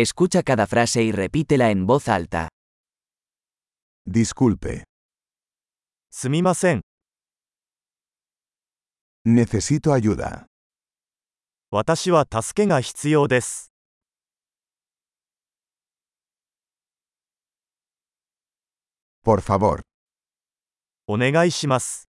Escucha cada frase y repítela en voz alta. Disculpe, すみません。 necesito ayuda. 私は助けが必要です。 Por favor, お願いします。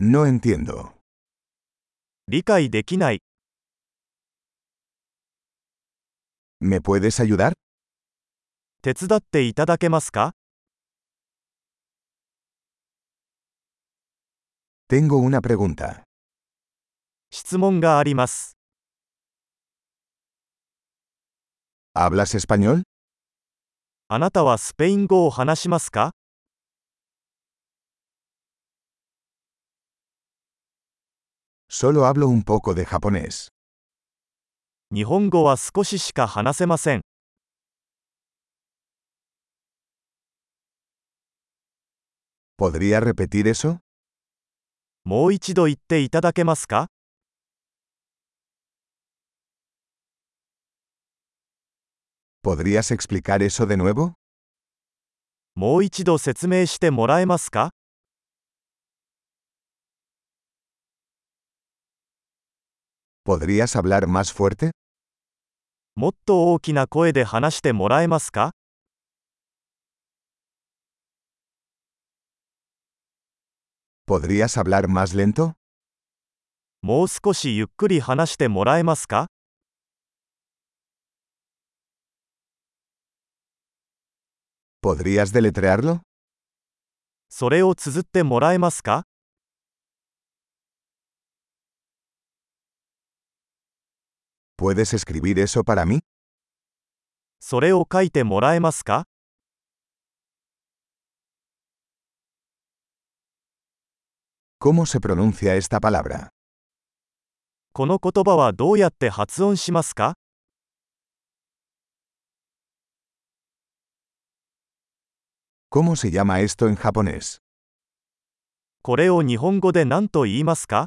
no entiendo. 理解できない。 ¿Me puedes ayudar? 手伝っていただけますか Tengo una pregunta. 質問があります。 ¿Hablas español? あなたはスペイン語を話しますか Solo hablo un poco de japonés. 日本語は少ししか話せません。 ¿Podría repetir eso? もう一度言っていただけますか ¿Podrías explicar eso de nuevo? もう一度説明してもらえますか ¿Podrías hablar más fuerte? もっと大きな声で話してもらえますか ¿Podrías hablar más lento? もう少しゆっくり話してもらえますか ¿Podrías deletrearlo? それを綴ってもらえますか ¿Puedes escribir eso para mí? それを書いてもらえますか ¿Cómo se pronuncia esta palabra? この言葉はどうやって発音しますか ¿Cómo se llama esto en japonés? これを日本語で何と言いますか